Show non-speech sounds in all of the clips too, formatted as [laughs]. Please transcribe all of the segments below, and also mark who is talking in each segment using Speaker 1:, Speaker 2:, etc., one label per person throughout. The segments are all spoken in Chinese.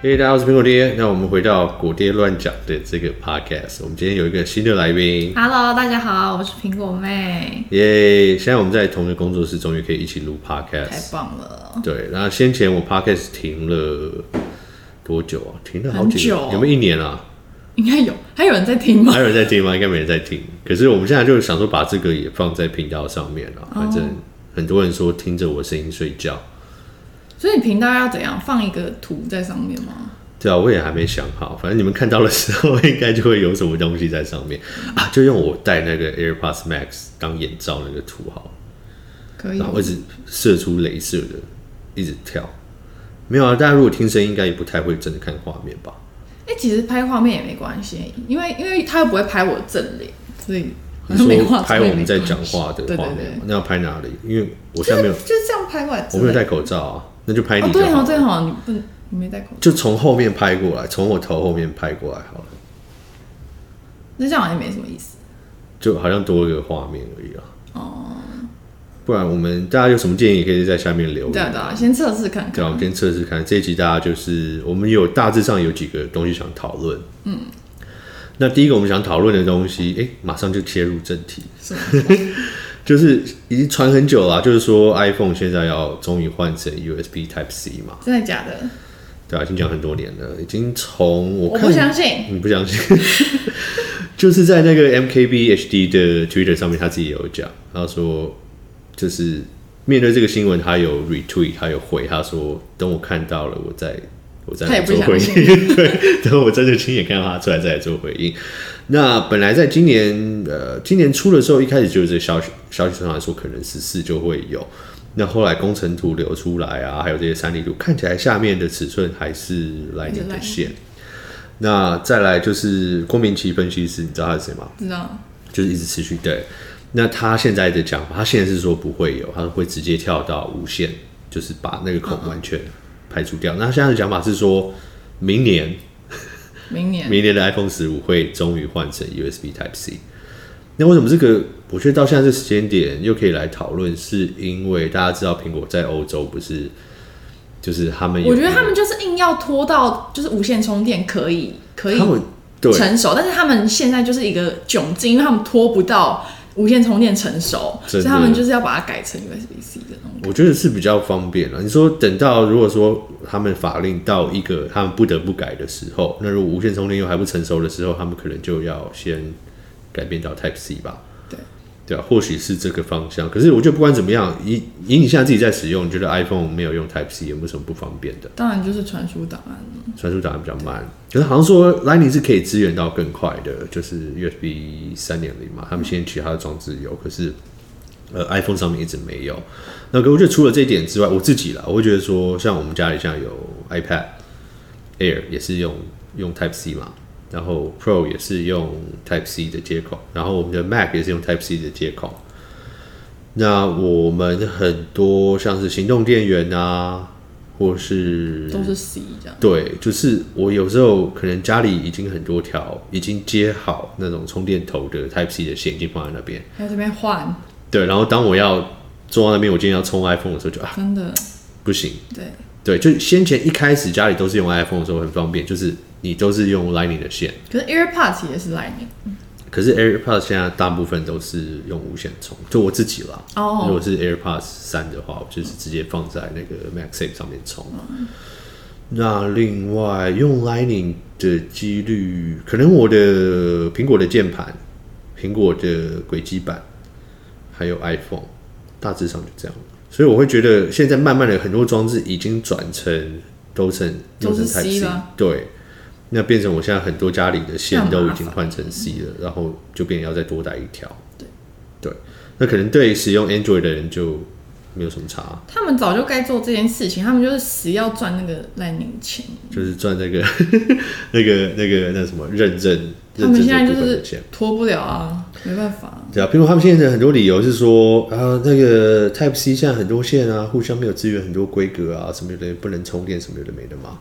Speaker 1: 嘿、大家好，我是苹果爹。那我们回到果爹乱讲的这个 podcast，我们今天有一个新的来宾，
Speaker 2: Hello，大家好，我是苹果妹，
Speaker 1: 耶、现在我们在同一个工作室，终于可以一起录 podcast
Speaker 2: 太。棒了！
Speaker 1: 对，然后先前我 podcast 停了多久啊？停了好
Speaker 2: 很
Speaker 1: 几
Speaker 2: 久
Speaker 1: 年，
Speaker 2: 哦
Speaker 1: 有没有一年啊？
Speaker 2: 应该有，还有人在听吗
Speaker 1: 还？有人在听吗？应该没人在听。可是我们现在就想说，把这个也放在频道上面了。
Speaker 2: 哦
Speaker 1: 反正很多人说听着我声音睡觉，
Speaker 2: 所以你频道要怎样放一个图在上面吗？
Speaker 1: 对啊，我也还没想好。反正你们看到的时候，应该就会有什么东西在上面啊。就用我戴那个 AirPods Max 当眼罩那个图好了。
Speaker 2: 可以
Speaker 1: 然，后一直射出镭射的，一直跳。没有啊，大家如果听声音，应该也不太会真的看画面吧？
Speaker 2: 哎、其实拍画面也没关系，因为因为他又不会拍我的正脸，所以好
Speaker 1: 你
Speaker 2: 像 [laughs] 没
Speaker 1: 说
Speaker 2: 画
Speaker 1: 拍
Speaker 2: 出来
Speaker 1: 我们
Speaker 2: 没
Speaker 1: 在
Speaker 2: 关
Speaker 1: 讲
Speaker 2: 系
Speaker 1: 话的
Speaker 2: 对
Speaker 1: 画
Speaker 2: 对
Speaker 1: 面
Speaker 2: 对
Speaker 1: 吗，，那要拍哪里？因为我现在没有，
Speaker 2: 就是这样拍过来之
Speaker 1: 我
Speaker 2: 类的。
Speaker 1: 没有戴口罩啊，那就拍
Speaker 2: 哦
Speaker 1: 你，就
Speaker 2: 对
Speaker 1: 好
Speaker 2: 哦，
Speaker 1: 了。
Speaker 2: 对哦，你不，你没戴口罩，
Speaker 1: 就从后面拍过来，从我头后面拍过来好了，
Speaker 2: 那这样好像没什么意思。
Speaker 1: 就好像多一个画面而已啊。哦，不然我们大家有什么建议，也可以在下面留
Speaker 2: 对啊
Speaker 1: 言。
Speaker 2: 对啊，先测试看
Speaker 1: 对啊，我们。
Speaker 2: 看
Speaker 1: 先测试看这一集，大家就是我们有大致上有几个东西想讨论。嗯，那第一个我们想讨论的东西，哎、马上就切入正题，
Speaker 2: 是吗
Speaker 1: [laughs] 就是已经传很久了啊、就是说 iPhone 现在要终于换成 USB Type C 嘛，
Speaker 2: 真的假的？
Speaker 1: 对啊，已经讲很多年了，已经从我
Speaker 2: 我
Speaker 1: 看
Speaker 2: 不相信。
Speaker 1: 你不相信， [laughs] 就是在那个 MKBHD 的 Twitter 上面，他自己也有讲，他说就是面对这个新闻，他有 retweet，他有回，他说等我看到了，我再我再
Speaker 2: 他
Speaker 1: 来
Speaker 2: 也不
Speaker 1: 做回
Speaker 2: 相
Speaker 1: 应， [laughs] 对，等我真的亲眼看到他出来再来做回应。那本来在今年呃今年初的时候，一开始就有这个消息消息传来说，可能十四就会有。那后来工程图流出来啊，还有这些三 D 图，看起来下面的尺寸还是来年的线。那再来就是郭明奇分析师，你知道他是谁吗？
Speaker 2: 知道，
Speaker 1: 就是一直持续对。那他现在的讲法，他现在是说不会有，他会直接跳到无限，就是把那个孔完全排除掉。那他现在的讲法是说，明年
Speaker 2: 明年
Speaker 1: 明年的 iPhone 十五会终于换成 USB Type C。那为什么这个我觉得到现在这时间点又可以来讨论，是因为大家知道苹果在欧洲不是，就是他们有
Speaker 2: 我觉得
Speaker 1: 那
Speaker 2: 他
Speaker 1: 个
Speaker 2: 们就是硬要拖到就是无线充电可以可以
Speaker 1: 他们对
Speaker 2: 成熟，但是他们现在就是一个窘境，因为他们拖不到无线充电成熟，
Speaker 1: 真的
Speaker 2: 所以他们就是要把它改成 USB C 的那种。
Speaker 1: 我觉得是比较方便了。你说等到如果说他们法令到一个他们不得不改的时候，那如果无线充电又还不成熟的时候，他们可能就要先改变到 Type C 吧。
Speaker 2: 对，
Speaker 1: 对啊，或许是这个方向。可是我觉得不管怎么样，以以你现在自己在使用，你觉得 iPhone 没有用 Type C 有没有什么不方便的？
Speaker 2: 当然就是传输档案了，
Speaker 1: 传输档案比较慢，可是好像说 Lightning 是可以支援到更快的，就是 USB 三点零嘛，他们现在其他的装置有，可是呃 iPhone 上面一直没有。那可我觉得除了这一点之外，我自己啦，我会觉得说，像我们家里现在有 iPad Air 也是用用 Type C 嘛，然后 Pro 也是用 Type C 的接口，然后我们的 Mac 也是用 Type C 的接口。那我们很多像是行动电源啊，或是
Speaker 2: 都是 C 这样。
Speaker 1: 对，就是我有时候可能家里已经很多条已经接好那种充电头的 Type C 的线，已经放在那边。
Speaker 2: 还有这边换，
Speaker 1: 对，然后当我要坐到那边，我今天要充 iPhone 的时候就啊
Speaker 2: 真的
Speaker 1: 不行。
Speaker 2: 对，
Speaker 1: 对，就先前一开始家里都是用 iPhone 的时候很方便，就是你都是用 Lightning 的线，
Speaker 2: 可是 AirPods 也是 Lightning
Speaker 1: 可是 AirPods 现在大部分都是用无线充，就我自己啦。
Speaker 2: 哦
Speaker 1: 如果是 AirPods 三的话，我就是直接放在那个 MagSafe 上面充。那另外用 Lightning 的几率，可能我的苹果的键盘、苹果的轨迹板，还有 iPhone，大致上就这样。所以我会觉得，现在慢慢的很多装置已经转成都成
Speaker 2: 都是
Speaker 1: 用成
Speaker 2: C
Speaker 1: Type
Speaker 2: 了
Speaker 1: 对，那变成我现在很多家里的线
Speaker 2: 这样
Speaker 1: 都已
Speaker 2: 麻
Speaker 1: 经
Speaker 2: 烦嗯
Speaker 1: 换成 C 了，然后就变成要再多带一条。对，那可能对使用 Android 的人就没有什么差，
Speaker 2: 他们早就该做这件事情，他们就是死要赚那个 Lightning 钱。
Speaker 1: 就是赚那个 [laughs] 那个那个那什么认证，
Speaker 2: 他
Speaker 1: 认
Speaker 2: 们
Speaker 1: 证
Speaker 2: 现在
Speaker 1: 这
Speaker 2: 就
Speaker 1: 部分的
Speaker 2: 是
Speaker 1: 钱。
Speaker 2: 拖不了啊，没办法。
Speaker 1: 对啊，苹果他们现在的很多理由是说啊，那个 Type C 现在很多线啊，互相没有支援很多规格啊，什么有的不能充电，什么有的没的嘛。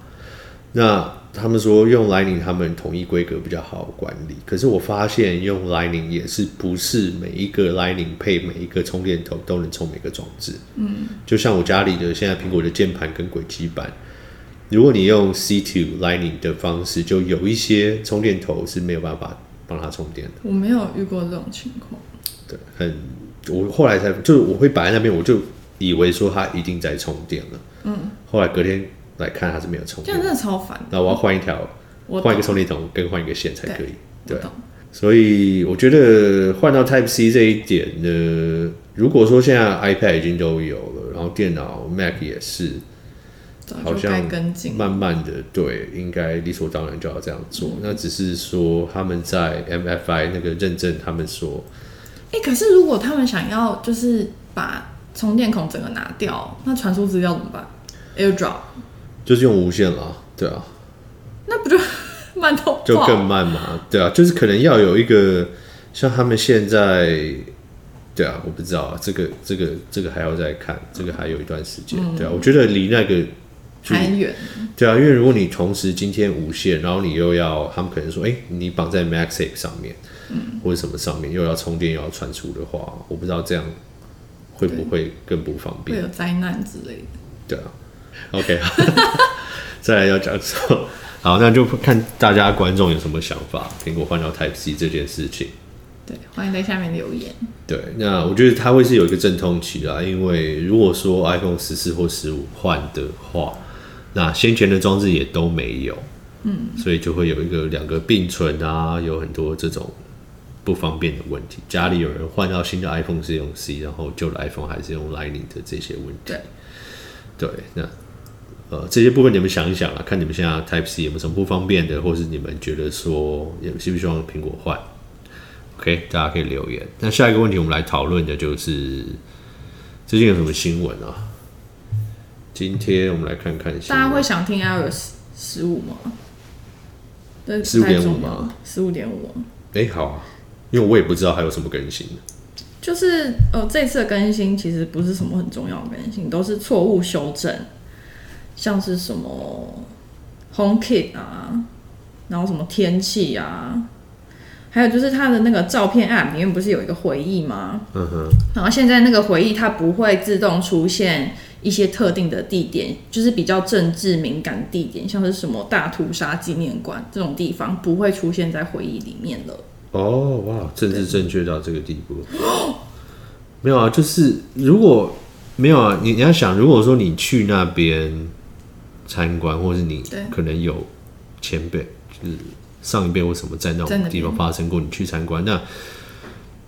Speaker 1: 那他们说用 Lightning 他们统一规格比较好管理，可是我发现用 Lightning 也是不是每一个 Lightning 配每一个充电头都能充每个装置。嗯，就像我家里的现在苹果的键盘跟轨迹板，如果你用 C two Lightning 的方式，就有一些充电头是没有办法帮它充电的。
Speaker 2: 我没有遇过这种情况。
Speaker 1: 对，很，我后来才就是我会摆在那边，我就以为说它一定在充电了。嗯，后来隔天来看它是没有充
Speaker 2: 这
Speaker 1: 电
Speaker 2: 样
Speaker 1: 的，
Speaker 2: 真的超烦。
Speaker 1: 那我要换一条，
Speaker 2: 我
Speaker 1: 换一
Speaker 2: 懂
Speaker 1: 个，充电筒跟换一个线才可以。
Speaker 2: 我
Speaker 1: 对，
Speaker 2: 懂。
Speaker 1: 所以我觉得换到 Type C 这一点呢，如果说现在 iPad 已经都有了，然后电脑 Mac 也是，
Speaker 2: 早
Speaker 1: 好
Speaker 2: 就该
Speaker 1: 像
Speaker 2: 跟进。
Speaker 1: 慢慢的，对，应该理所当然就要这样做。那只是说他们在 MFI 那个认证，他们说
Speaker 2: 哎、可是如果他们想要就是把充电孔整个拿掉，那传输资料怎么办？AirDrop， [laughs]
Speaker 1: 就是用无线啦，对啊，
Speaker 2: 那不就慢到爆？
Speaker 1: 就更慢嘛，对啊，就是可能要有一个像他们现在，对啊，我不知道啊，这个这个这个还要再看，这个还有一段时间，对啊，我觉得离那个距离
Speaker 2: 还远。
Speaker 1: 对啊，因为如果你同时今天无线，然后你又要他们可能说，哎、你绑在 MagSafe 上面，或者什么上面，又要充电又要传输的话，我不知道这样会不会更不方
Speaker 2: 会
Speaker 1: 便？
Speaker 2: 有灾难之类的。
Speaker 1: 对啊，OK，再来要讲什么？好，那就看大家观众有什么想法，苹果换到 Type C 这件事情。
Speaker 2: 对，欢迎在下面留言。
Speaker 1: 对，那我觉得它会是有一个阵痛期啦，因为如果说 iPhone 十四或十五换的话，那先前的装置也都没有，嗯，所以就会有一个两个并存啊，有很多这种不方便的问题。家里有人换到新的 iPhone 是用 C，然后旧的 iPhone 还是用 Lightning 的这些问题。
Speaker 2: 对，
Speaker 1: 对，那呃这些部分你们想一想啊，看你们现在 Type C 有没有什么不方便的，或是你们觉得说也希不希望苹果换？OK，大家可以留言。那下一个问题我们来讨论的就是最近有什么新闻啊？今天我们来看看新
Speaker 2: 大家
Speaker 1: 闻
Speaker 2: 会。想听 iOS 十五吗？
Speaker 1: 15.5吗？
Speaker 2: 十五点五，
Speaker 1: 哎、好啊，因为我也不知道还有什么更新。
Speaker 2: 就是呃，这次的更新其实不是什么很重要的更新，都是错误修正，像是什么 HomeKit 啊，然后什么天气啊，还有就是它的那个照片 App 里面不是有一个回忆吗？
Speaker 1: 嗯哼，
Speaker 2: 然后现在那个回忆它不会自动出现一些特定的地点，就是比较政治敏感的地点，像是什么大屠杀纪念馆这种地方不会出现在回忆里面了。
Speaker 1: 哦，哇，政治正确到这个地步。没有啊，就是如果没有啊，你你要想，如果说你去那边参观，或是你
Speaker 2: 对
Speaker 1: 可能有前辈，就是上一辈或什么在那
Speaker 2: 在那
Speaker 1: 种
Speaker 2: 边
Speaker 1: 地方发生过，你去参观，那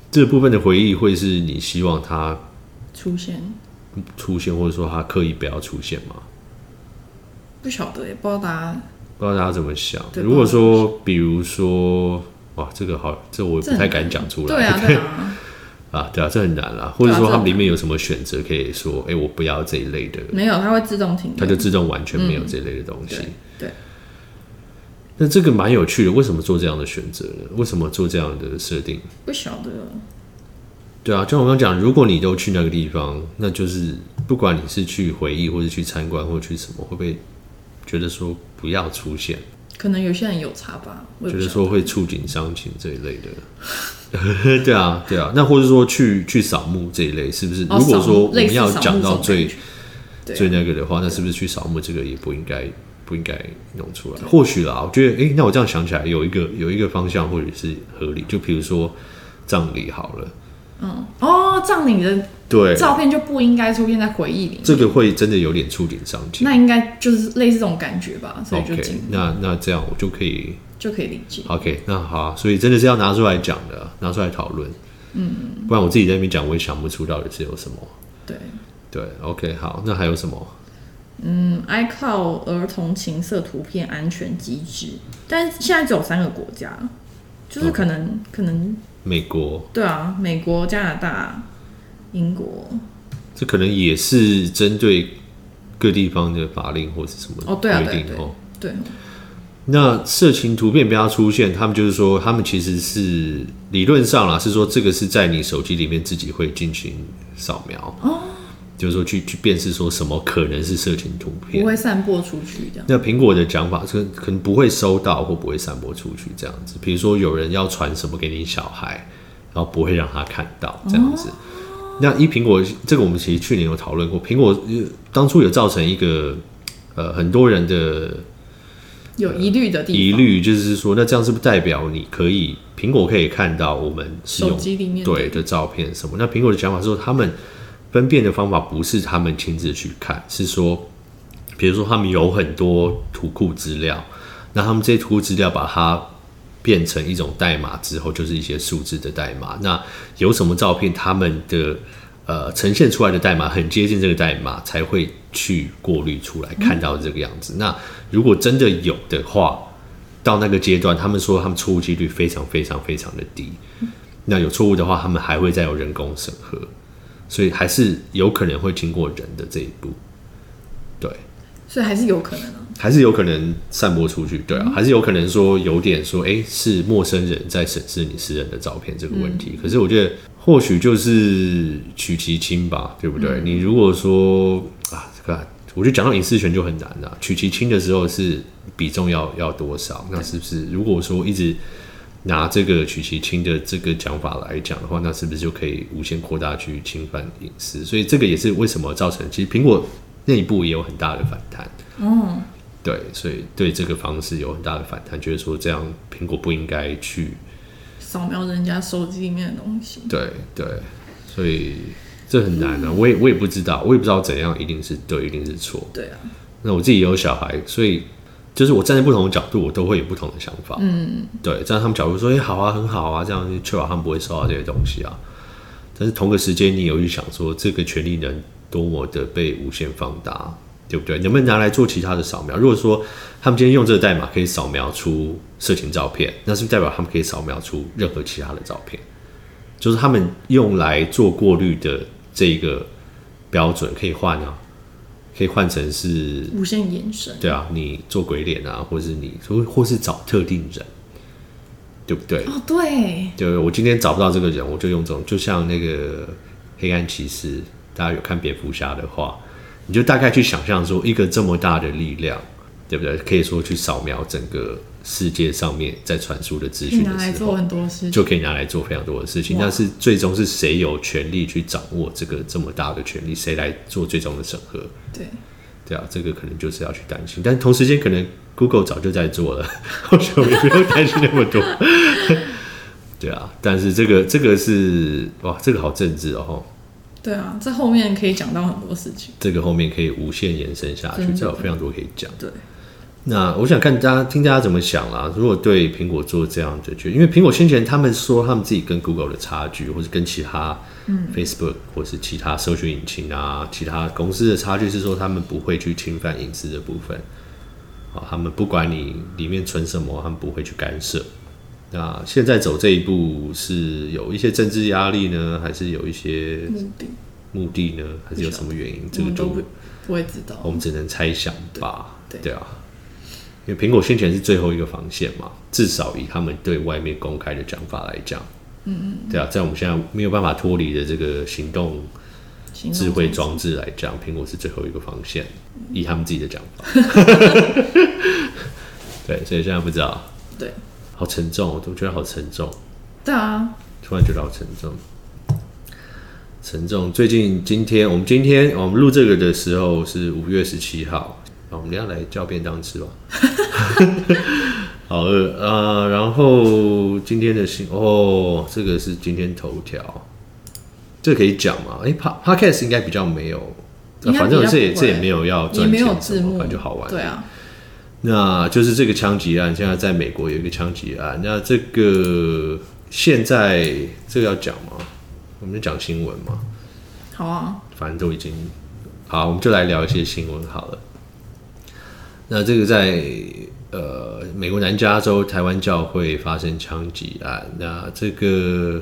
Speaker 1: 这部分的回忆会是你希望它
Speaker 2: 出现
Speaker 1: 出现，或者说它刻意不要出现吗？
Speaker 2: 不晓得耶，不知道大家
Speaker 1: 不知道大家怎么想。
Speaker 2: 对
Speaker 1: 如果说，比如说，哇，这个好，这我也不太敢讲出来。
Speaker 2: 对啊对啊，
Speaker 1: [laughs] 啊，对啊，这很难啦，或者
Speaker 2: 对啊
Speaker 1: 说
Speaker 2: 这
Speaker 1: 他
Speaker 2: 很
Speaker 1: 们里面有什么选择可以说，哎、我不要这一类的，
Speaker 2: 没有它会自动停
Speaker 1: 它就。
Speaker 2: 顿
Speaker 1: 自动完全没有这类的东西。
Speaker 2: 对嗯对，
Speaker 1: 那这个蛮有趣的，为什么做这样的选择呢？为什么做这样的设定？
Speaker 2: 不晓得
Speaker 1: 对啊，就像我刚刚讲，如果你都去那个地方，那就是不管你是去回忆，或是去参观，或者去什么，会不会觉得说不要出现，
Speaker 2: 可能有些人有差吧，我也
Speaker 1: 觉
Speaker 2: 不
Speaker 1: 得
Speaker 2: 晓得
Speaker 1: 说会触景伤情这一类的？ [laughs] 对啊，对啊，那或者说去去扫墓这一类，是不是？
Speaker 2: 哦
Speaker 1: 如果
Speaker 2: 扫
Speaker 1: 说
Speaker 2: 墓
Speaker 1: 我
Speaker 2: 类
Speaker 1: 们
Speaker 2: 似
Speaker 1: 要
Speaker 2: 扫墓
Speaker 1: 讲
Speaker 2: 这
Speaker 1: 到
Speaker 2: 种
Speaker 1: 最
Speaker 2: 感觉对啊
Speaker 1: 最那个的话，那是不是去扫墓这个也不应该不应该弄出来？或许啦，我觉得，诶，那我这样想起来，有一个有一个方向或许是合理，就比如说葬礼好了，
Speaker 2: 哦，葬礼的
Speaker 1: 对，
Speaker 2: 照片就不应该出现在回忆里面，
Speaker 1: 这个会真的有点触景伤情。
Speaker 2: 那应该就是类似这种感觉吧，所以就
Speaker 1: OK，
Speaker 2: 进
Speaker 1: 那那这样我就可以
Speaker 2: 就可以理解。
Speaker 1: OK，那好啊、所以真的是要拿出来讲的，拿出来讨论，嗯，不然我自己在那边讲，我也想不出到底是有什么。
Speaker 2: 对，
Speaker 1: 对，OK，好，那还有什么？
Speaker 2: 嗯，iCloud 儿童情色图片安全机制，但现在只有三个国家，
Speaker 1: 嗯
Speaker 2: 就是可能、可能
Speaker 1: 美国，
Speaker 2: 对啊，美国、加拿大、英国，
Speaker 1: 这可能也是针对各地方的法令或是什么
Speaker 2: 哦对啊
Speaker 1: 规定
Speaker 2: 对
Speaker 1: 哦。
Speaker 2: 对，
Speaker 1: 那色情图片不要出现，他们就是说，他们其实是理论上啦，是说这个是在你手机里面自己会进行扫描，
Speaker 2: 哦
Speaker 1: 就是说去去辨识说什么可能是色情图
Speaker 2: 不
Speaker 1: 片。
Speaker 2: 会散播出去这样。
Speaker 1: 那苹果的讲法是可能不会收到或不会散播出去这样子，比如说有人要传什么给你小孩，然后不会让他看到这样子。
Speaker 2: 哦
Speaker 1: 那依苹果这个我们其实去年有讨论过，苹果、呃当初有造成一个呃很多人的
Speaker 2: 有疑虑的地方，
Speaker 1: 疑虑，就是说那这样是不是代表你可以苹果可以看到我们是
Speaker 2: 手
Speaker 1: 用
Speaker 2: 机里面的
Speaker 1: 对的照片什么？那苹果的讲法是说，他们分辨的方法不是他们亲自去看，是说，比如说他们有很多图库资料，那他们这些图库资料把它变成一种代码之后，就是一些数字的代码。那有什么照片，他们的呃呈现出来的代码很接近这个代码，才会去过滤出来，看到这个样子。那如果真的有的话，到那个阶段，他们说他们错误几率非常非常非常的低。那有错误的话，他们还会再有人工审核，所以还是有可能会经过人的这一步。对，
Speaker 2: 所以还是有可能啊。
Speaker 1: 还是有可能散播出去。对啊，还是有可能说有点说，诶，是陌生人在审视你私人的照片这个问题。可是我觉得或许就是取其轻吧，对不对？你如果说啊，这个我觉得讲到隐私权就很难了、取其轻的时候是比重要要多少？那是不是如果说一直拿这个取其轻的这个讲法来讲的话，那是不是就可以无限扩大去侵犯隐私？所以这个也是为什么造成其实苹果内部也有很大的反弹。哦对，所以对这个方式有很大的反弹，觉得说这样苹果不应该去，
Speaker 2: 扫描人家手机里面的东西，
Speaker 1: 对对，所以这很难啊，我也我也不知道，我也不知道怎样一定是对，一定是错。
Speaker 2: 对啊，
Speaker 1: 那我自己也有小孩，所以就是我站在不同的角度，我都会有不同的想法。嗯，对，站在他们角度说，哎、好啊，很好啊，这样确保他们不会受到这些东西啊。但是同个时间，你有去想说，这个权利能多么的被无限放大，对不对？能不能拿来做其他的扫描？如果说他们今天用这个代码可以扫描出色情照片，那是不是代表他们可以扫描出任何其他的照片？就是他们用来做过滤的这个标准可以换啊，可以换成是
Speaker 2: 无限延伸，
Speaker 1: 对啊，你做鬼脸啊，或是你或或是找特定人，对不对？
Speaker 2: 哦，对，
Speaker 1: 对，我今天找不到这个人，我就用这种，就像那个黑暗骑士，大家有看蝙蝠侠的话，你就大概去想象说，一个这么大的力量，对不对？可以说去扫描整个世界上面在传输的资
Speaker 2: 可以
Speaker 1: 讯
Speaker 2: 拿来
Speaker 1: 的时候
Speaker 2: 做，很多事情，
Speaker 1: 就可以拿来做非常多的事情。
Speaker 2: 哇
Speaker 1: 但是最终是谁有权利去掌握这个这么大的权利？谁来做最终的审核？
Speaker 2: 对，
Speaker 1: 对啊，这个可能就是要去担心，但同时间可能 Google 早就在做了， [laughs] 或许我们也不用担心那么多。 [laughs] 对啊，但是这个这个是哇，这个好政治哦，吼
Speaker 2: 对啊，这后面可以讲到很多事情，
Speaker 1: 这个后面可以无限延伸下去，
Speaker 2: 真的
Speaker 1: 这有非常多可以讲。
Speaker 2: 对，
Speaker 1: 那我想看大家听大家怎么想啦。如果对苹果做这样的决定，因为苹果先前他们说他们自己跟 Google 的差距，或是跟其他
Speaker 2: 嗯
Speaker 1: Facebook、或是其他搜索引擎啊、其他公司的差距，是说他们不会去侵犯隐私的部分。啊，他们不管你里面存什么，他们不会去干涉。那现在走这一步是有一些政治压力呢，还是有一些
Speaker 2: 目的
Speaker 1: 目的呢，还是有什么原因？这个
Speaker 2: 我们
Speaker 1: 就
Speaker 2: 都不不会知道，
Speaker 1: 我们只能猜想吧。
Speaker 2: 对
Speaker 1: 啊，因为苹果先前是最后一个防线嘛，至少以他们对外面公开的讲法来讲，嗯嗯，对啊，在我们现在没有办法脱离的这个行动
Speaker 2: 行动
Speaker 1: 智慧装置来讲，苹果是最后一个防线，以他们自己的讲 [laughs] 法。对，所以现在不知道，
Speaker 2: 对，
Speaker 1: 好沉重，哦我都觉得好沉重。
Speaker 2: 对啊，
Speaker 1: 突然觉得好沉重。沉重。最近今天我们今天我们录这个的时候是五月十七号，啊我们要来叫便当吃吧。 [laughs] 好饿啊、呃然后今天的新哦，这个是今天头条，这可以讲吗？哎、p o d c a s t 应该比较没有，啊
Speaker 2: 应该
Speaker 1: 反
Speaker 2: 比较
Speaker 1: 正这也
Speaker 2: 不会
Speaker 1: 这也没有要
Speaker 2: 也
Speaker 1: 赚
Speaker 2: 没
Speaker 1: 钱
Speaker 2: 有
Speaker 1: 什
Speaker 2: 字
Speaker 1: 么，
Speaker 2: 幕，
Speaker 1: 反正就好玩。
Speaker 2: 对啊，
Speaker 1: 那就是这个枪击案，现在在美国有一个枪击案。那这个现在这个要讲吗？我们就讲新闻嘛，
Speaker 2: 好啊，
Speaker 1: 反正都已经好，我们就来聊一些新闻好了。那这个在呃美国南加州台湾教会发生枪击案，那这个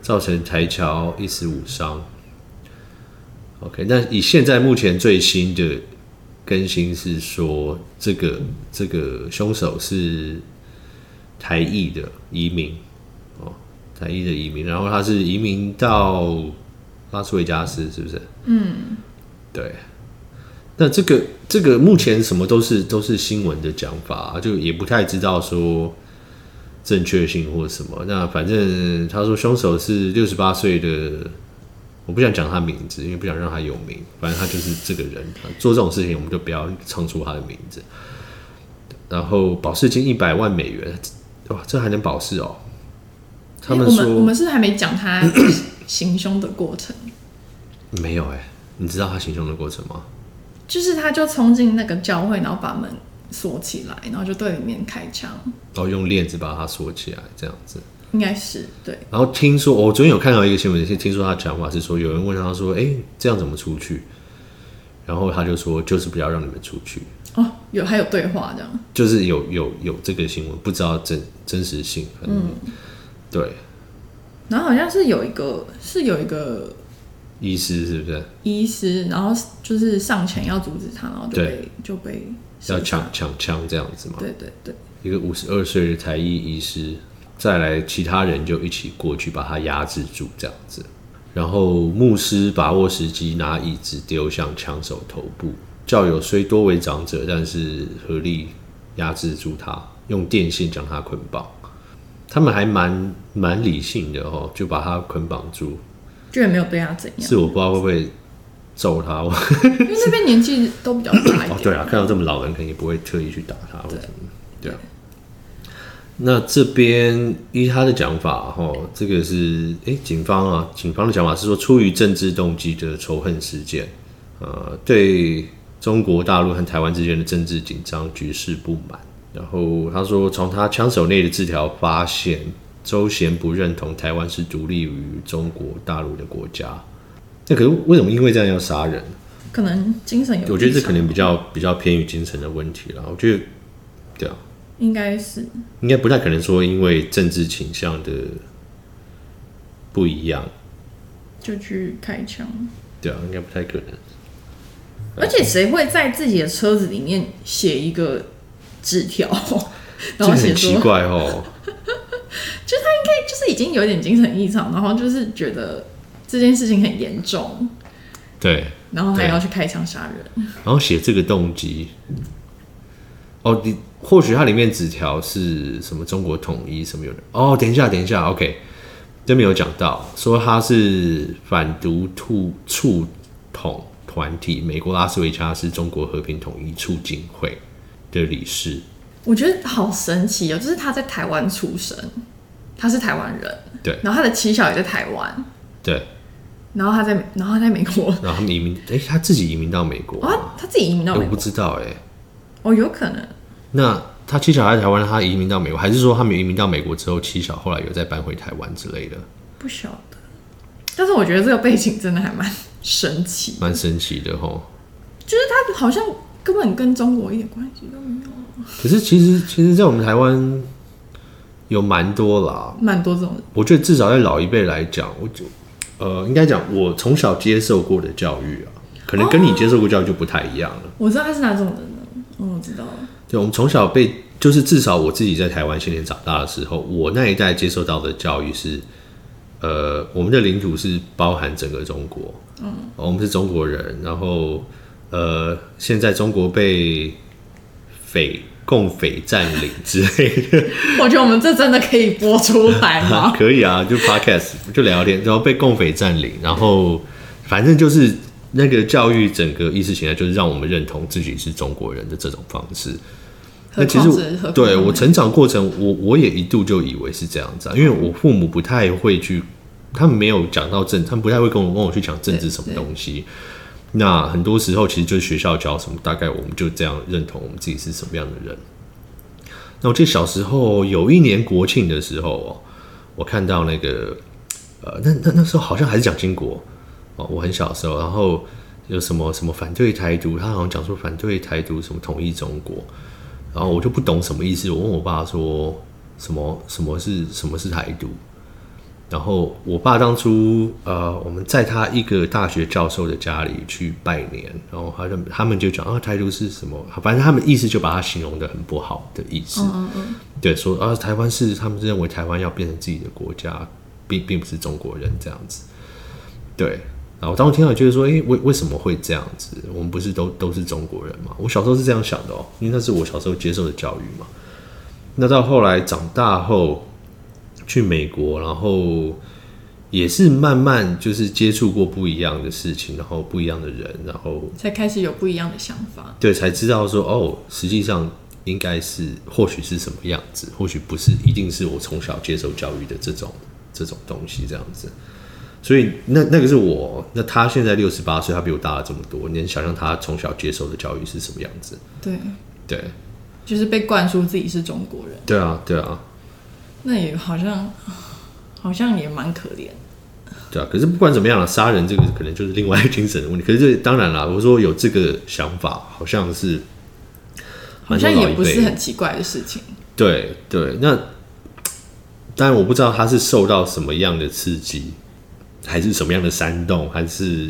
Speaker 1: 造成台侨一死五伤。OK，那以现在目前最新的更新是说，这个这个凶手是台裔的移民哦，台裔的移民，然后他是移民到拉斯维加斯，是不是？嗯，对。那这个这个目前什么都是都是新闻的讲法、就也不太知道说正确性或什么。那反正他说凶手是六十八岁的我不想讲他名字，因为不想让他有名。反正他就是这个人，做这种事情我们就不要唱出他的名字。然后保释金一百万美元，哇，这还能保释哦？他
Speaker 2: 诶
Speaker 1: 们
Speaker 2: 我们我
Speaker 1: 说
Speaker 2: 们是不是还没讲他行凶的过程， [clears throat]
Speaker 1: 没有哎、你知道他行凶的过程吗？
Speaker 2: 就是他就冲进那个教会，然后把门锁起来，然后就对里面开枪，
Speaker 1: 然后用链子把他锁起来，这样子。
Speaker 2: 应该是对，
Speaker 1: 然后听说，哦我昨天有看到一个新闻，是听说他讲法是说，有人问他说：“哎、这样怎么出去？”然后他就说：“就是不要让你们出去。
Speaker 2: 哦，有还有对话这样，”
Speaker 1: 就是有有有这个新闻，不知道真真实性。嗯，对，
Speaker 2: 然后好像是有一个是有一个
Speaker 1: 医师是不是
Speaker 2: 医师，然后就是上前要阻止他，然后就被就被
Speaker 1: 要
Speaker 2: 射杀
Speaker 1: 抢抢枪这样子嘛？
Speaker 2: 对对对，
Speaker 1: 一个五十二岁的台医医师，再来其他人就一起过去把他压制住这样子。然后牧师把握时机，拿椅子丢向枪手头部。教友虽多为长者，但是合力压制住他，用电线将他捆绑。他们还蛮蛮理性的哦，就把他捆绑住。
Speaker 2: 居然没有对他怎
Speaker 1: [laughs]
Speaker 2: 样，
Speaker 1: 是我不知道会不会揍他，我
Speaker 2: 因为那边年纪都比较大一
Speaker 1: 哦
Speaker 2: 点，，
Speaker 1: 对啊，看到这么老的人，肯定不会特意去打他或
Speaker 2: 对
Speaker 1: 什么。对啊。那这边依他的讲法，哈，这个是诶，警方啊，警方的讲法是说，出于政治动机的仇恨事件，呃，对中国大陆和台湾之间的政治紧张局势不满。然后他说，从他枪手内的字条发现，周贤不认同台湾是独立于中国大陆的国家。那可是为什么因为这样要杀人？
Speaker 2: 可能精神有异常，
Speaker 1: 我觉得这可能比较比较偏于精神的问题了。我觉得，对啊，
Speaker 2: 应该是
Speaker 1: 应该不太可能说因为政治倾向的不一样，
Speaker 2: 就去开枪，
Speaker 1: 对啊，应该不太可能。
Speaker 2: 而且谁会在自己的车子里面写一个纸
Speaker 1: [laughs]
Speaker 2: 条，
Speaker 1: 这个
Speaker 2: 然后写
Speaker 1: 很
Speaker 2: 说
Speaker 1: 奇怪 [laughs] 哦，
Speaker 2: 就是已经有点精神异常，然后就是觉得这件事情很严重，
Speaker 1: 对，
Speaker 2: 然后还
Speaker 1: 对
Speaker 2: 要去开枪杀人，
Speaker 1: 然后写这个动机，哦，你或许它里面纸条是什么中国统一什么有的，哦，等一下，等一下，OK，这边有讲到说他是反独兔促统团体，美国拉斯维加斯中国和平统一促进会的理事，
Speaker 2: 我觉得好神奇哦！就是他在台湾出生，他是台湾人，
Speaker 1: 对
Speaker 2: 然后他的妻小也在台湾，
Speaker 1: 对，
Speaker 2: 然后他在，然后他在美国， [laughs]
Speaker 1: 然后他们移民，诶，他自己移民到美国吗，
Speaker 2: 啊，他自己移民到
Speaker 1: 诶
Speaker 2: 美
Speaker 1: 我不
Speaker 2: 国，
Speaker 1: 知道诶。
Speaker 2: 哦，有可能，
Speaker 1: 那他妻小还在台湾，他移民到美国，还是说他们移民到美国之后，妻小后来有再搬回台湾之类的？
Speaker 2: 不晓得。但是我觉得这个背景真的还蛮神奇，
Speaker 1: 蛮神奇的吼。
Speaker 2: 就是他好像根本跟中国一点关系都没有，
Speaker 1: 可是其实其实，在我们台湾有蛮多啦。
Speaker 2: 蛮多这种人，
Speaker 1: 我觉得至少在老一辈来讲，我就呃，应该讲我从小接受过的教育啊，可能跟你接受过教育就不太一样了。
Speaker 2: 我知道他是哪种人呢？嗯，我知道了，
Speaker 1: 对，我们从小被，就是至少我自己在台湾先天长大的时候，我那一代接受到的教育是，呃，我们的领土是包含整个中国，嗯，我们是中国人，然后呃，现在中国被匪共匪占领之类的，
Speaker 2: 我觉得我们这真的可以播出来吗？
Speaker 1: 可以啊，就 podcast 就聊天，然后被共匪占领，然后反正就是那个教育整个意识形态，就是让我们认同自己是中国人的这种方式。 [laughs] 那
Speaker 2: 何
Speaker 1: 其
Speaker 2: 况
Speaker 1: 实
Speaker 2: 是
Speaker 1: 我
Speaker 2: 何况
Speaker 1: 对
Speaker 2: 是
Speaker 1: 我成长过程，我我也一度就以为是这样子啊，因为我父母不太会去，他们没有讲到政，他们不太会跟我跟我去讲政治什么东西。那很多时候其实就是学校教什么，大概我们就这样认同我们自己是什么样的人。那我记得小时候有一年国庆的时候哦，我看到那个呃，那那那时候好像还是蒋经国哦，我很小的时候，然后有什么什么反对台独，他好像讲说反对台独什么统一中国，然后我就不懂什么意思，我问我爸说什么什么是什么是台独，然后我爸当初呃，我们在他一个大学教授的家里去拜年，然后他就他们就讲啊，台独是什么？反正他们意思就把它形容的很不好的意思。
Speaker 2: 嗯嗯嗯，
Speaker 1: 对，说啊，台湾是他们认为台湾要变成自己的国家，并并不是中国人这样子。对，然后当我听到就是说，诶，为为什么会这样子？我们不是都都是中国人嘛？我小时候是这样想的哦，因为那是我小时候接受的教育嘛。那到后来长大后去美国，然后也是慢慢就是接触过不一样的事情，然后不一样的人，然后
Speaker 2: 才开始有不一样的想法。
Speaker 1: 对，才知道说哦，实际上应该是或许是什么样子，或许不是一定是我从小接受教育的这种这种东西这样子。所以那那个是我，那他现在六十八岁，他比我大了这么多，你能想象他从小接受的教育是什么样子？
Speaker 2: 对，
Speaker 1: 对，
Speaker 2: 就是被灌输自己是中国人，
Speaker 1: 对啊，对啊，
Speaker 2: 那也好像好像也蛮可怜。
Speaker 1: 对啊。可是不管怎么样了，杀人这个可能就是另外一个精神的问题。可是这当然啦，我说有这个想法，好像是
Speaker 2: 好
Speaker 1: 蛮
Speaker 2: 像
Speaker 1: 多老
Speaker 2: 也
Speaker 1: 一
Speaker 2: 不
Speaker 1: 辈
Speaker 2: 是很奇怪的事情。
Speaker 1: 对对，那但我不知道他是受到什么样的刺激，还是什么样的煽动，还是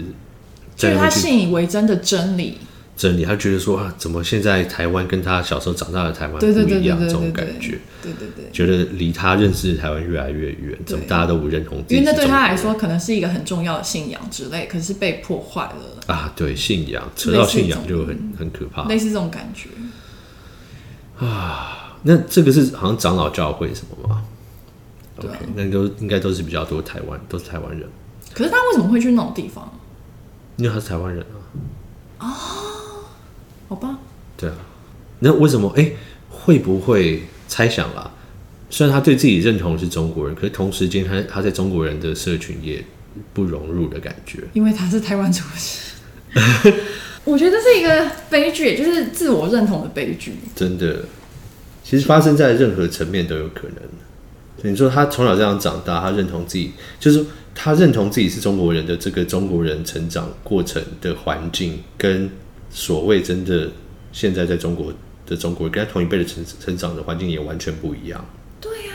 Speaker 1: 在那
Speaker 2: 就是
Speaker 1: 边
Speaker 2: 他
Speaker 1: 去
Speaker 2: 信以为真的真理，
Speaker 1: 整理，他觉得说啊，怎么现在台湾跟他小时候长大的台湾不
Speaker 2: 对对
Speaker 1: 一
Speaker 2: 对对
Speaker 1: 样，这
Speaker 2: 对
Speaker 1: 种
Speaker 2: 对
Speaker 1: 感
Speaker 2: 对
Speaker 1: 觉，，
Speaker 2: 对对对，
Speaker 1: 觉得离他认识的台湾越来越远，怎么
Speaker 2: 对
Speaker 1: 大家都不认同自己
Speaker 2: 因
Speaker 1: 是
Speaker 2: 为
Speaker 1: 中国
Speaker 2: 那对
Speaker 1: 人？
Speaker 2: 他来说可能是一个很重要的信仰之类，可是被破坏了，
Speaker 1: 啊，对信仰扯
Speaker 2: 类
Speaker 1: 到
Speaker 2: 似
Speaker 1: 信
Speaker 2: 一
Speaker 1: 仰
Speaker 2: 种
Speaker 1: 就很很可怕。
Speaker 2: 类似这种感觉。
Speaker 1: 那这个是好像长老教会什么吗
Speaker 2: 对
Speaker 1: ？OK，
Speaker 2: 啊
Speaker 1: 那都应该都是比较多台湾，都是台湾人，
Speaker 2: 可是他为什么会去那种地方？
Speaker 1: 因为他是台湾人啊。
Speaker 2: 好吧，
Speaker 1: 对啊，那为什么？哎、会不会猜想啦？虽然他对自己认同是中国人，可是同时间他他在中国人的社群也不融入的感觉。
Speaker 2: 因为他是台
Speaker 1: [laughs]
Speaker 2: 湾出生。我觉得是一个悲剧，就是自我认同的悲剧。
Speaker 1: 真的，其实发生在任何层面都有可能。你说他从小这样长大，他认同自己，就是他认同自己是中国人的这个中国人成长过程的环境，跟所谓真的现在在中国的中国人跟他同一辈的成成长的环境也完全不一样。对呀、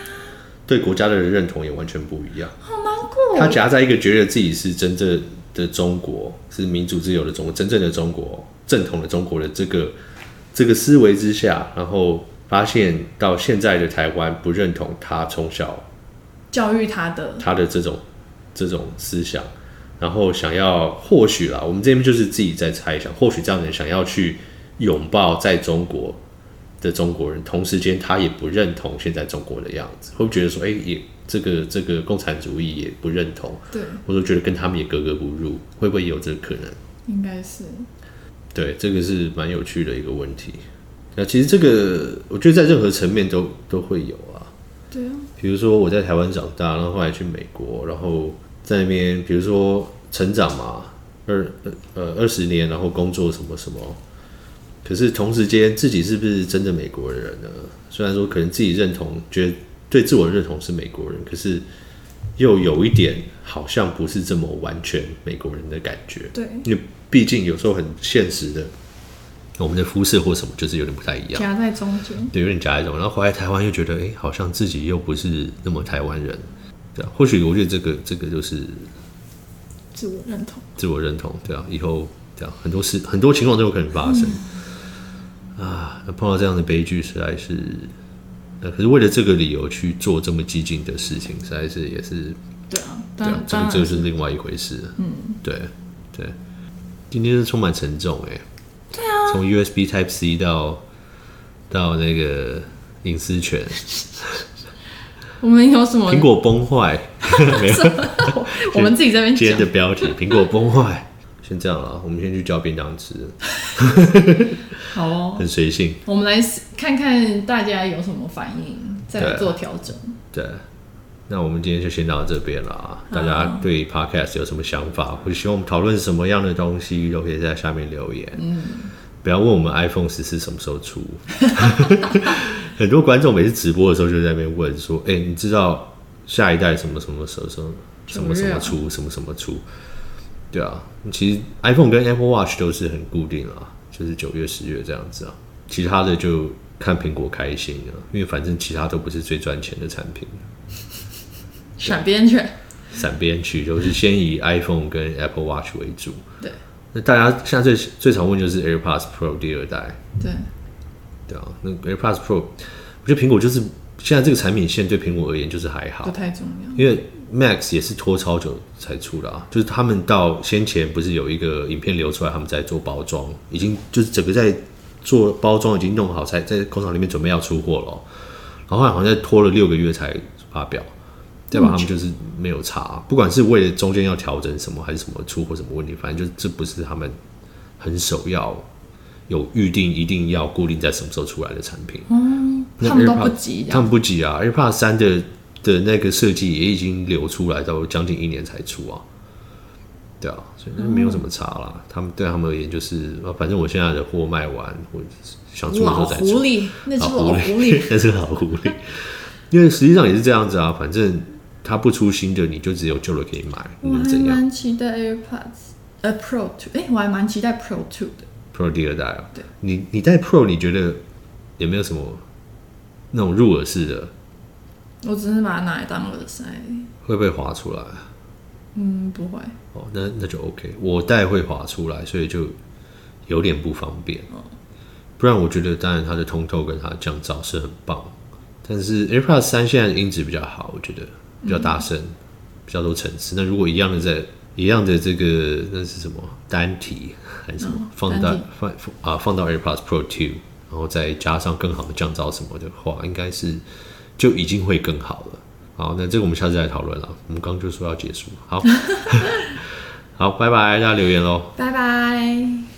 Speaker 1: 对国家的认同也完全不一样。
Speaker 2: 好难过，
Speaker 1: 他夹在一个觉得自己是真正的中国，是民主自由的中国，真正的中国，正统的中国的这个这个思维之下，然后发现到现在的台湾不认同他从小
Speaker 2: 教育他的
Speaker 1: 他的这种这种思想，然后想要或许啦，我们这边就是自己在猜想，或许这样的人想要去拥抱在中国的中国人，同时间他也不认同现在中国的样子，会不会觉得说，哎、也这个这个共产主义也不认同，
Speaker 2: 对，
Speaker 1: 或者觉得跟他们也格格不入，会不会有这个可能？
Speaker 2: 应该是
Speaker 1: 对，这个是蛮有趣的一个问题。那其实这个，我觉得在任何层面都都会有啊。
Speaker 2: 对啊，
Speaker 1: 比如说我在台湾长大，然后后来去美国，然后在那边，比如说成长嘛，二呃二十年，然后工作什么什么。可是同时间，自己是不是真的美国人呢？虽然说可能自己认同，觉得对自我认同是美国人，可是又有一点好像不是这么完全美国人的感觉。
Speaker 2: 对，
Speaker 1: 因为毕竟有时候很现实的，我们的肤色或什么就是有点不太一样。
Speaker 2: 夹在中间，
Speaker 1: 对，有点夹一种，然后回来台湾又觉得，哎、好像自己又不是那么台湾人，对啊，或许我觉得这个这个就是
Speaker 2: 自我认同。
Speaker 1: 自我认同，对啊，以后对啊，很多事很多情况都有可能发生、啊，那碰到这样的悲剧实在是，呃，可是为了这个理由去做这么激进的事情，实在是也是
Speaker 2: 对啊，
Speaker 1: 对
Speaker 2: 当
Speaker 1: 啊
Speaker 2: 然，，
Speaker 1: 这
Speaker 2: 当
Speaker 1: 个
Speaker 2: 然
Speaker 1: 这个是另外一回事。嗯，对对，今天是充满沉重哎、对啊，从 USB Type C 到到那个隐私权，
Speaker 2: 我们有什么
Speaker 1: 苹果崩坏， [laughs] 没有
Speaker 2: 我们自己在那边
Speaker 1: 今天
Speaker 2: 讲
Speaker 1: 的。标题，苹果崩坏。先这样了，我们先去叫便当吃，
Speaker 2: 好哦，
Speaker 1: 很随性。
Speaker 2: 我们来看看大家有什么反应，再来做调整。
Speaker 1: 对，那我们今天就先到这边了啊！大家对 podcast 有什么想法，或者希望我们讨论什么样的东西，都可以在下面留言。嗯，不要问我们 iPhone 十四什么时候出。 [laughs] 很多观众每次直播的时候就在那边问说：“哎、你知道下一代什么什么时候什么什么什么出什么什么出？”对啊，其实 iPhone 跟 Apple Watch 都是很固定啊，就是九月、十月这样子啊。其他的就看苹果开心了，因为反正其他都不是最赚钱的产品。
Speaker 2: 闪边去，
Speaker 1: 闪边去，就是先以 iPhone 跟 Apple Watch 为主。
Speaker 2: 对
Speaker 1: 那大家现在最最常问就是 AirPods Pro 第二代，
Speaker 2: 对
Speaker 1: 对啊，那 AirPods Pro，我觉得苹果就是现在这个产品线对苹果而言就是还
Speaker 2: 不
Speaker 1: 好，
Speaker 2: 太重要。
Speaker 1: 因为 Max 也是拖超久才出的啊，就是他们到先前不是有一个影片流出来，他们在做包装，已经就是整个在做包装已经弄好，才在工厂里面准备要出货了哦、然后后来好像在拖了六个月才发表，代表他们就是没有差，不管是为了中间要调整什么，还是什么出或什么问题，反正就这不是他们很首要有预定一定要固定在什么时候出来的产品。那
Speaker 2: 他们都
Speaker 1: AirPod-
Speaker 2: 不急这
Speaker 1: 他
Speaker 2: 样。
Speaker 1: 们不急啊，AirPod 三的的那个设计也已经流出来，到将近一年才出啊。对啊，所
Speaker 2: 哦
Speaker 1: 以那没有什么差啦。他们对他们而言就是，啊反正我现在的货卖完，我想出的时
Speaker 2: 老
Speaker 1: 候再
Speaker 2: 狐
Speaker 1: 出。
Speaker 2: 狸，那只老
Speaker 1: 狐
Speaker 2: 狐狸，
Speaker 1: 狸，那是老狐狸。因为实际上也是这样子啊，反正他不出新的，你就只有旧的可以买， [laughs] 你
Speaker 2: 我
Speaker 1: 能
Speaker 2: 还
Speaker 1: 怎样
Speaker 2: 蛮期待 AirPods，呃 Pro Two，哎、我还蛮期待 Pro Two 的。
Speaker 1: ？Pro 第二代啊
Speaker 2: 对，
Speaker 1: 你你戴 Pro 你觉得有没有什么那种入耳式的
Speaker 2: 我只是把它拿来当耳塞，
Speaker 1: 会不会滑出来？
Speaker 2: 嗯，不会。
Speaker 1: 哦，那那就 OK。我戴会滑出来，所以就有点不方便。哦不然我觉得，当然它的通透跟它的降噪是很棒，但是 AirPods 三现在的音质比较好，我觉得比较大声，比较多层次。那如果一样的在一样的这个那是什么单体还是什么、
Speaker 2: 嗯
Speaker 1: 放到
Speaker 2: 单体
Speaker 1: 放放啊放到 AirPods Pro Two，然后再加上更好的降噪什么的话，应该是就已经会更好了。好，那这个我们下次再讨论了。我们刚 [laughs] 就说要结束，好，好，拜拜，大家留言喽。
Speaker 2: 拜拜。